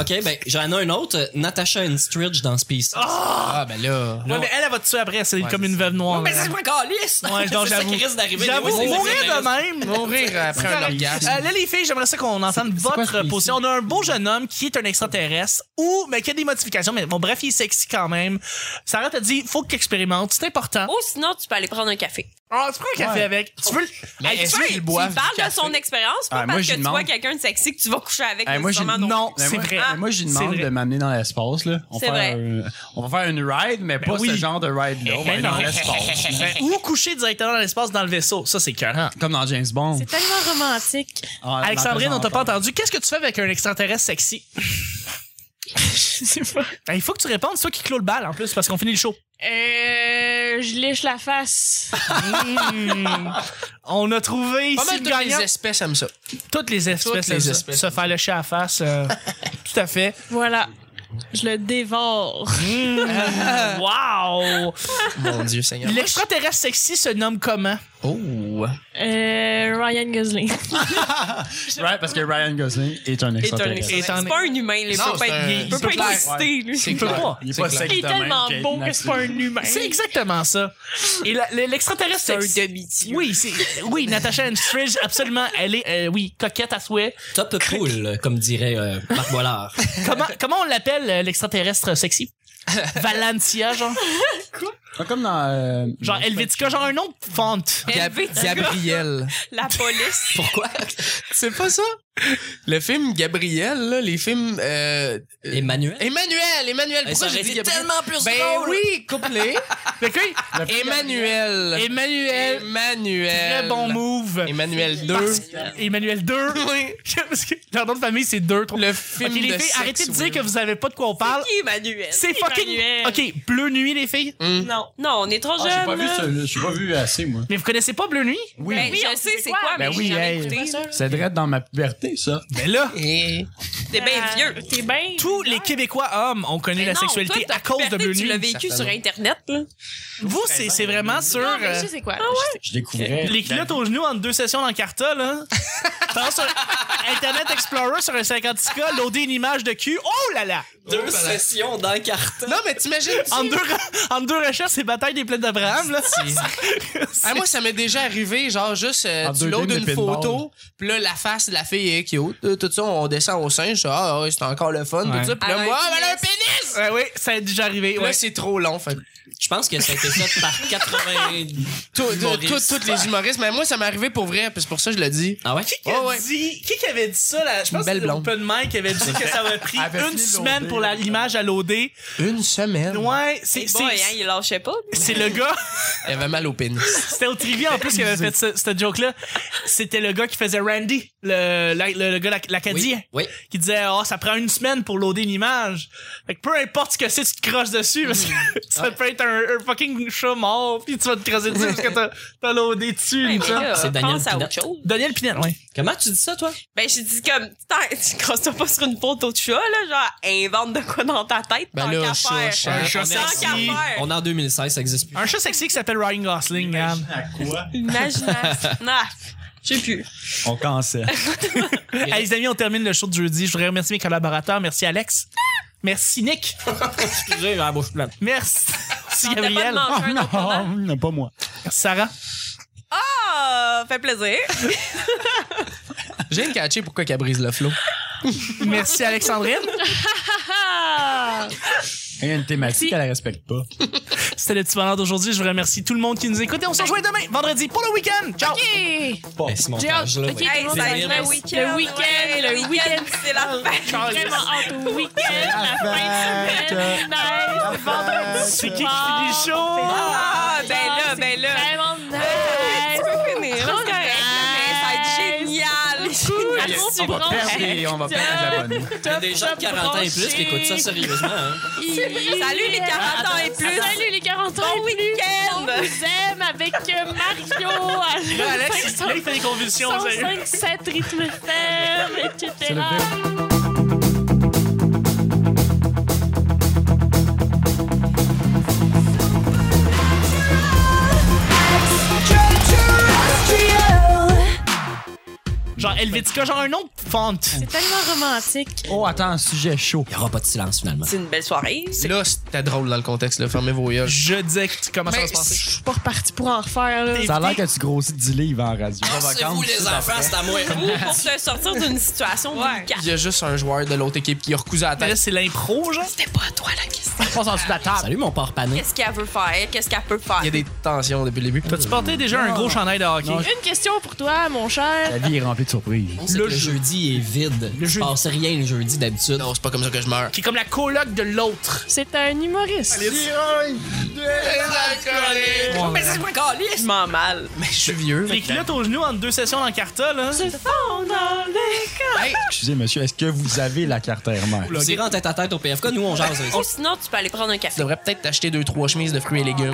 Speaker 4: OK, ben, j'en ai un autre. euh, Natasha Instridge dans Species. <laughs>
Speaker 5: Ah, ben là.
Speaker 2: Ouais, mais elle, elle va te tuer après. C'est comme une veuve noire. là.
Speaker 4: moi, calisse!
Speaker 2: Ouais, donc,
Speaker 4: C'est ça
Speaker 2: j'avoue.
Speaker 4: qui risque d'arriver.
Speaker 2: J'avoue,
Speaker 4: Oui, c'est-
Speaker 2: mourir
Speaker 4: c'est-
Speaker 2: de même.
Speaker 5: Mourir après un
Speaker 2: correct.
Speaker 5: orgasme.
Speaker 2: Euh, là, les filles, j'aimerais ça qu'on entende
Speaker 3: c'est quoi
Speaker 2: votre
Speaker 3: ce pays-ci?
Speaker 2: position. On a un beau jeune homme qui est un extraterrestre ou, mais qui a des modifications, mais bon, bref, il est sexy quand même. Sarah t'a dit, faut que t'expérimentes, c'est important.
Speaker 7: Ou Oh, sinon, tu peux aller prendre un café.
Speaker 2: Ah, tu prends un café
Speaker 3: Ouais.
Speaker 2: avec. Tu veux le-
Speaker 5: Mais
Speaker 2: Hey,
Speaker 5: est-ce
Speaker 2: tu veux-
Speaker 5: qu'ils
Speaker 7: Tu
Speaker 5: boivent
Speaker 7: parles
Speaker 5: du
Speaker 7: de
Speaker 5: café?
Speaker 7: son expérience, pas
Speaker 3: Ah, moi,
Speaker 7: parce
Speaker 3: j'y
Speaker 7: que tu
Speaker 3: demande.
Speaker 7: vois quelqu'un de sexy que tu vas coucher avec.
Speaker 3: Eh, moi, j'ai-
Speaker 7: nécessairement
Speaker 2: Non,
Speaker 3: Mais
Speaker 2: c'est
Speaker 3: moi-
Speaker 2: vrai.
Speaker 3: mais Moi, j'y
Speaker 2: C'est
Speaker 3: demande
Speaker 2: vrai.
Speaker 3: de m'amener dans l'espace. là. On va
Speaker 7: C'est
Speaker 3: faire
Speaker 7: vrai.
Speaker 3: un- On va faire une ride, mais pas
Speaker 2: oui.
Speaker 3: ce genre de ride-là. On va
Speaker 2: Ben
Speaker 3: aller dans
Speaker 2: non.
Speaker 3: l'espace.
Speaker 2: <laughs> Ben, ou coucher directement dans l'espace dans le vaisseau. Ça, c'est carré.
Speaker 3: Comme dans James Bond.
Speaker 8: C'est tellement romantique.
Speaker 3: Ah, dans
Speaker 2: Alexandrine, on t'a
Speaker 3: Présentateur.
Speaker 2: pas entendu. Qu'est-ce que tu fais avec un extraterrestre sexy?
Speaker 8: Je sais pas.
Speaker 2: Ben, il faut que tu répondes. C'est toi qui clôt le bal, en plus, parce qu'on finit le show.
Speaker 8: Euh, je lèche la face.
Speaker 2: On a trouvé
Speaker 5: Pas mal
Speaker 2: ici
Speaker 5: toutes
Speaker 2: le gagnant.
Speaker 5: les espèces aiment ça.
Speaker 2: Toutes les espèces.
Speaker 5: Toutes les
Speaker 2: ça.
Speaker 5: espèces.
Speaker 2: Se faire le chat à la face.
Speaker 5: <laughs>
Speaker 2: euh, tout à fait.
Speaker 8: voilà. Je le dévore.
Speaker 2: wow!
Speaker 5: Mon Dieu Seigneur.
Speaker 2: L'extraterrestre sexy se nomme comment?
Speaker 5: Oh.
Speaker 8: Euh, Ryan Gosling.
Speaker 3: Right, parce que Ryan Gosling est un extraterrestre.
Speaker 2: Et
Speaker 7: non.
Speaker 2: t'en-
Speaker 7: C'est pas un humain, les
Speaker 5: Non,
Speaker 7: peut pas
Speaker 5: c'est un-
Speaker 7: être- il peut
Speaker 5: c'est
Speaker 7: pas
Speaker 5: clair.
Speaker 7: être excité, lui.
Speaker 5: C'est
Speaker 2: peut pas.
Speaker 5: clair.
Speaker 3: Il est
Speaker 5: C'est
Speaker 3: pas
Speaker 5: clair.
Speaker 3: sexy.
Speaker 8: Il est
Speaker 3: Exactement,
Speaker 8: tellement
Speaker 3: Kate
Speaker 8: beau que c'est pas un humain.
Speaker 2: C'est exactement ça. Et la- le- l'extraterrestre
Speaker 7: C'est un
Speaker 2: sexy.
Speaker 7: demi-dieu.
Speaker 2: Oui, c'est, oui, Natasha Anstridge, absolument, elle est, euh, oui, coquette à souhait.
Speaker 4: Top cool, comme dirait euh, Marc Boilard.
Speaker 5: <laughs>
Speaker 2: Comment, comment on l'appelle, euh, l'extraterrestre sexy? Valentia, genre?
Speaker 3: Pas comme dans. euh,
Speaker 2: Genre Helvetica, genre un nom de fonte.
Speaker 5: Gab- Gabriel.
Speaker 7: La police.
Speaker 4: Pourquoi?
Speaker 5: <laughs> C'est pas ça? Le film Gabriel, là, les films... euh, euh,
Speaker 4: Emmanuel?
Speaker 5: Emmanuel, Emmanuel,
Speaker 4: Eh, ça
Speaker 5: pourquoi j'ai
Speaker 4: aurait
Speaker 5: dit
Speaker 4: été
Speaker 5: Gabriel?
Speaker 4: tellement plus
Speaker 5: Ben
Speaker 4: drôle.
Speaker 5: oui,
Speaker 4: <laughs>
Speaker 5: couplé.
Speaker 2: Fait que,
Speaker 5: Emmanuel.
Speaker 2: Emmanuel,
Speaker 5: Emmanuel.
Speaker 2: très bon move.
Speaker 5: Emmanuel 2.
Speaker 2: Parce- Emmanuel 2.
Speaker 5: Oui.
Speaker 2: <laughs> Parce que dans notre famille, c'est 2, 3.
Speaker 5: Le film
Speaker 2: les
Speaker 5: de
Speaker 2: filles,
Speaker 5: sexe,
Speaker 2: arrêtez de
Speaker 5: oui.
Speaker 2: dire que vous avez pas de quoi on parle.
Speaker 7: Qui, Emmanuel?
Speaker 2: C'est fucking.
Speaker 8: Emmanuel.
Speaker 2: Ok, Bleu Nuit, les filles.
Speaker 7: Non. Non, on est trop
Speaker 3: Ah,
Speaker 7: jeunes.
Speaker 3: j'ai pas vu
Speaker 7: là.
Speaker 3: celui-là. J'ai pas vu assez, moi.
Speaker 2: Mais vous connaissez pas Bleu Nuit?
Speaker 3: Oui.
Speaker 7: Ben,
Speaker 8: Oui, on
Speaker 7: je sais c'est quoi,
Speaker 3: Ben
Speaker 7: mais j'ai
Speaker 3: oui,
Speaker 7: jamais
Speaker 3: hey.
Speaker 7: écouté.
Speaker 3: C'est direct dans ma puberté, ça.
Speaker 2: Mais là,
Speaker 7: Euh, T'es bien
Speaker 8: Ah,
Speaker 7: vieux.
Speaker 8: T'es bien.
Speaker 2: tous les Québécois hommes ont connu
Speaker 7: Mais
Speaker 2: la
Speaker 7: Ben non,
Speaker 2: sexualité
Speaker 7: toi, ta
Speaker 2: à cause de
Speaker 7: puberté,
Speaker 2: Bleu
Speaker 7: Tu l'as
Speaker 2: Nuit.
Speaker 7: vécu sur Internet, là.
Speaker 2: Vous, c'est c'est vraiment sur.
Speaker 8: Non, mais
Speaker 2: euh,
Speaker 8: je sais c'est quoi.
Speaker 7: Ah
Speaker 3: Je découvrais.
Speaker 2: Les culottes aux genoux entre deux sessions dans Carta, là. T'as sur Internet Explorer sur un 56K, loader une image de cul. Oh là là!
Speaker 4: Deux sessions dans Carton.
Speaker 5: Non, mais t'imagines... tu-
Speaker 2: Entre deux, re- entre deux recherches, c'est Bataille des plaines d'Abraham, là.
Speaker 5: Ah, moi, ça m'est déjà arrivé, genre, juste, euh,
Speaker 3: En
Speaker 5: tu
Speaker 3: deux
Speaker 5: loads
Speaker 3: games de
Speaker 5: une
Speaker 3: pinball.
Speaker 5: photo, puis là, la face de la fille est cute. Euh, Tout ça, on descend au sein, je dis, ah, ouais, c'est encore le fun,
Speaker 2: Ouais.
Speaker 5: tout ça. Puis là,
Speaker 7: Elle a
Speaker 5: moi,
Speaker 7: un
Speaker 5: ah, elle a un
Speaker 7: pénis.
Speaker 5: pénis!
Speaker 2: Ouais, oui, ça a déjà arrivé.
Speaker 5: Puis
Speaker 2: Ouais.
Speaker 5: Là, c'est trop long, fait que
Speaker 4: Je pense que ça a été fait par 80.
Speaker 5: tout- tout-
Speaker 4: Humoristes.
Speaker 5: tout- Toutes les humoristes. Mais moi, ça m'est arrivé pour vrai, puis c'est pour ça que je le dis.
Speaker 4: Ah ouais?
Speaker 2: Qui, a
Speaker 5: Oh, ouais.
Speaker 2: dit, qui qui avait dit ça? Là? Je pense
Speaker 5: Une belle
Speaker 2: que
Speaker 5: blonde.
Speaker 2: Open Mike avait dit que ça avait pris
Speaker 3: Avait
Speaker 2: une
Speaker 3: fini de
Speaker 2: semaine
Speaker 3: loader,
Speaker 2: pour la-
Speaker 3: là.
Speaker 2: l'image à loader.
Speaker 5: Une semaine.
Speaker 2: Ouais, c'est
Speaker 7: Bon, hein,
Speaker 2: c'est-
Speaker 7: il lâchait pas.
Speaker 2: c'est le gars. <laughs>
Speaker 5: Elle avait mal au pénis.
Speaker 2: C'était au trivia en plus qui avait fait ce, cette joke-là. C'était le gars qui faisait Randy, le, la- le, le gars l'ac- l'acadien,
Speaker 4: Oui.
Speaker 2: qui disait Oh, ça prend une semaine pour loader une image. Fait que peu importe ce que c'est, tu te crosses dessus parce que <laughs> ça peut être un, un fucking chat mort, puis tu vas te crosser dessus parce que t'as- t'as loadé dessus.
Speaker 7: Ben,
Speaker 2: une fois.
Speaker 7: là,
Speaker 4: C'est Daniel
Speaker 7: pense à
Speaker 4: Pinot.
Speaker 7: autre chose.
Speaker 2: Daniel Pinel, ouais.
Speaker 4: Comment tu dis ça, toi?
Speaker 7: Ben, j'ai dit comme, putain, <laughs> tu crosses pas sur une photo de chat, là. Genre, invente de quoi dans ta tête.
Speaker 5: Ben
Speaker 7: tant
Speaker 5: là,
Speaker 7: qu'à
Speaker 5: chat,
Speaker 7: faire.
Speaker 5: chat. Un
Speaker 2: chat
Speaker 7: Tant
Speaker 2: sexy.
Speaker 7: qu'à faire.
Speaker 4: On est en 2016, ça existe plus.
Speaker 2: Un chat sexy qui s'appelle Ryan Gosling.
Speaker 7: ben,
Speaker 2: regarde.
Speaker 3: À quoi?
Speaker 5: <laughs>
Speaker 7: Imagination. Non, je sais plus.
Speaker 3: On cancelle.
Speaker 2: <laughs> Hey, les amis, on termine le show de jeudi. Je voudrais remercier mes collaborateurs. Merci Alex. Merci Nick.
Speaker 4: Excusez, j'ai la bouche pleine.
Speaker 7: <laughs>
Speaker 2: Merci
Speaker 7: Non, t'as pas
Speaker 2: Gabriel.
Speaker 7: demandé un autre pendant.
Speaker 3: <laughs> non, pas moi.
Speaker 2: Merci Sarah.
Speaker 7: Ah, fait plaisir.
Speaker 5: J'ai une catché pourquoi qu'elle brise le flot.
Speaker 2: Merci Alexandrine.
Speaker 3: Il y a une thématique qu'elle respecte pas.
Speaker 2: C'était le petit bonheur d'aujourd'hui. Je vous remercie tout le monde qui nous écoute et on se rejoint demain, vendredi, pour le week-end. Ciao!
Speaker 8: Ok.
Speaker 4: Ben, ce
Speaker 8: J'ai hâte.
Speaker 4: montage-là,
Speaker 8: Ok,
Speaker 4: ouais.
Speaker 7: Hey,
Speaker 8: tout le
Speaker 7: ça
Speaker 8: monde
Speaker 7: va
Speaker 8: va
Speaker 7: être
Speaker 8: bien.
Speaker 7: le week-end.
Speaker 8: Le
Speaker 7: ouais,
Speaker 8: week-end, le week-end.
Speaker 7: c'est la fête.
Speaker 2: Charles.
Speaker 8: Vraiment hâte au week-end, la fin de semaine. Nice, vendredi
Speaker 2: Euh, C'est qui qui
Speaker 8: soir.
Speaker 2: finit le show? Ah,
Speaker 7: Ah, ben là, ben là.
Speaker 8: Vraiment nice.
Speaker 5: là, il y a-
Speaker 8: Allô,
Speaker 5: on va
Speaker 8: tu
Speaker 5: perdre
Speaker 7: hein.
Speaker 5: des- on va perdre des abonnés.
Speaker 4: Il y a des gens de 40 ans et plus qui écoutent ça sérieusement. hein.
Speaker 7: Salut les 40 ans et plus.
Speaker 8: Salut les 40 ans
Speaker 7: Bon
Speaker 8: et plus. On
Speaker 7: week-end.
Speaker 8: vous aime avec euh, Mario.
Speaker 2: Là, Alex, là, il fait des convulsions. vous savez.
Speaker 8: 105, 7 rythme FM, etc.
Speaker 2: Genre Helvetica, genre un autre fente.
Speaker 8: C'est tellement romantique.
Speaker 3: Oh, attends, sujet chaud.
Speaker 4: Il n'y aura pas de silence finalement.
Speaker 7: C'est une belle soirée. C'est
Speaker 5: Là, c'était drôle dans le contexte, là. Fermez vos yeux.
Speaker 2: Je disais que tu commences à
Speaker 8: Mais
Speaker 2: se
Speaker 8: je
Speaker 2: passer.
Speaker 7: Ben,
Speaker 8: suis pas reparti pour en refaire, là.
Speaker 3: Ça a l'air que tu grossis 10 livres en radio.
Speaker 4: Ah, C'est vous les enfants, c'est à moi.
Speaker 7: vous pour te sortir d'une situation délicate.
Speaker 5: Il y a juste un joueur de l'autre équipe qui a recusé la
Speaker 2: Mais là,
Speaker 5: tête.
Speaker 2: c'est l'impro, genre.
Speaker 7: C'était pas à toi la question.
Speaker 2: Passe en dessous de la table.
Speaker 4: Salut mon porc pané.
Speaker 7: Qu'est-ce qu'elle veut faire? Qu'est-ce qu'elle peut faire?
Speaker 5: Il y a des tensions depuis le début.
Speaker 2: T'as-tu porté déjà un gros chandail de hockey?
Speaker 3: Non,
Speaker 8: Une question pour toi, mon cher.
Speaker 3: La vie est remplie de surprises.
Speaker 4: On sait que Le, jeudi est vide.
Speaker 2: Le
Speaker 4: Le
Speaker 2: jeudi.
Speaker 4: jeudi. passe rien le jeudi d'habitude.
Speaker 5: Non, c'est pas comme ça que je meurs.
Speaker 2: Qui est comme la coloc de l'autre.
Speaker 8: C'est un humoriste.
Speaker 7: Mais c'est quoi, câlisse? Je m'en mal.
Speaker 5: Mais je suis vieux.
Speaker 2: Les culottes aux genoux entre deux sessions dans le carta, là.
Speaker 8: Se fond dans les
Speaker 3: Excusez, monsieur, est-ce que vous avez la carte mère
Speaker 4: Vous irez en tête à tête au PFK, nous on jase.
Speaker 7: Ou sinon, tu peux aller prendre un
Speaker 5: Tu
Speaker 7: café.
Speaker 5: devrais peut-être t'acheter deux, trois chemises de fruits et légumes.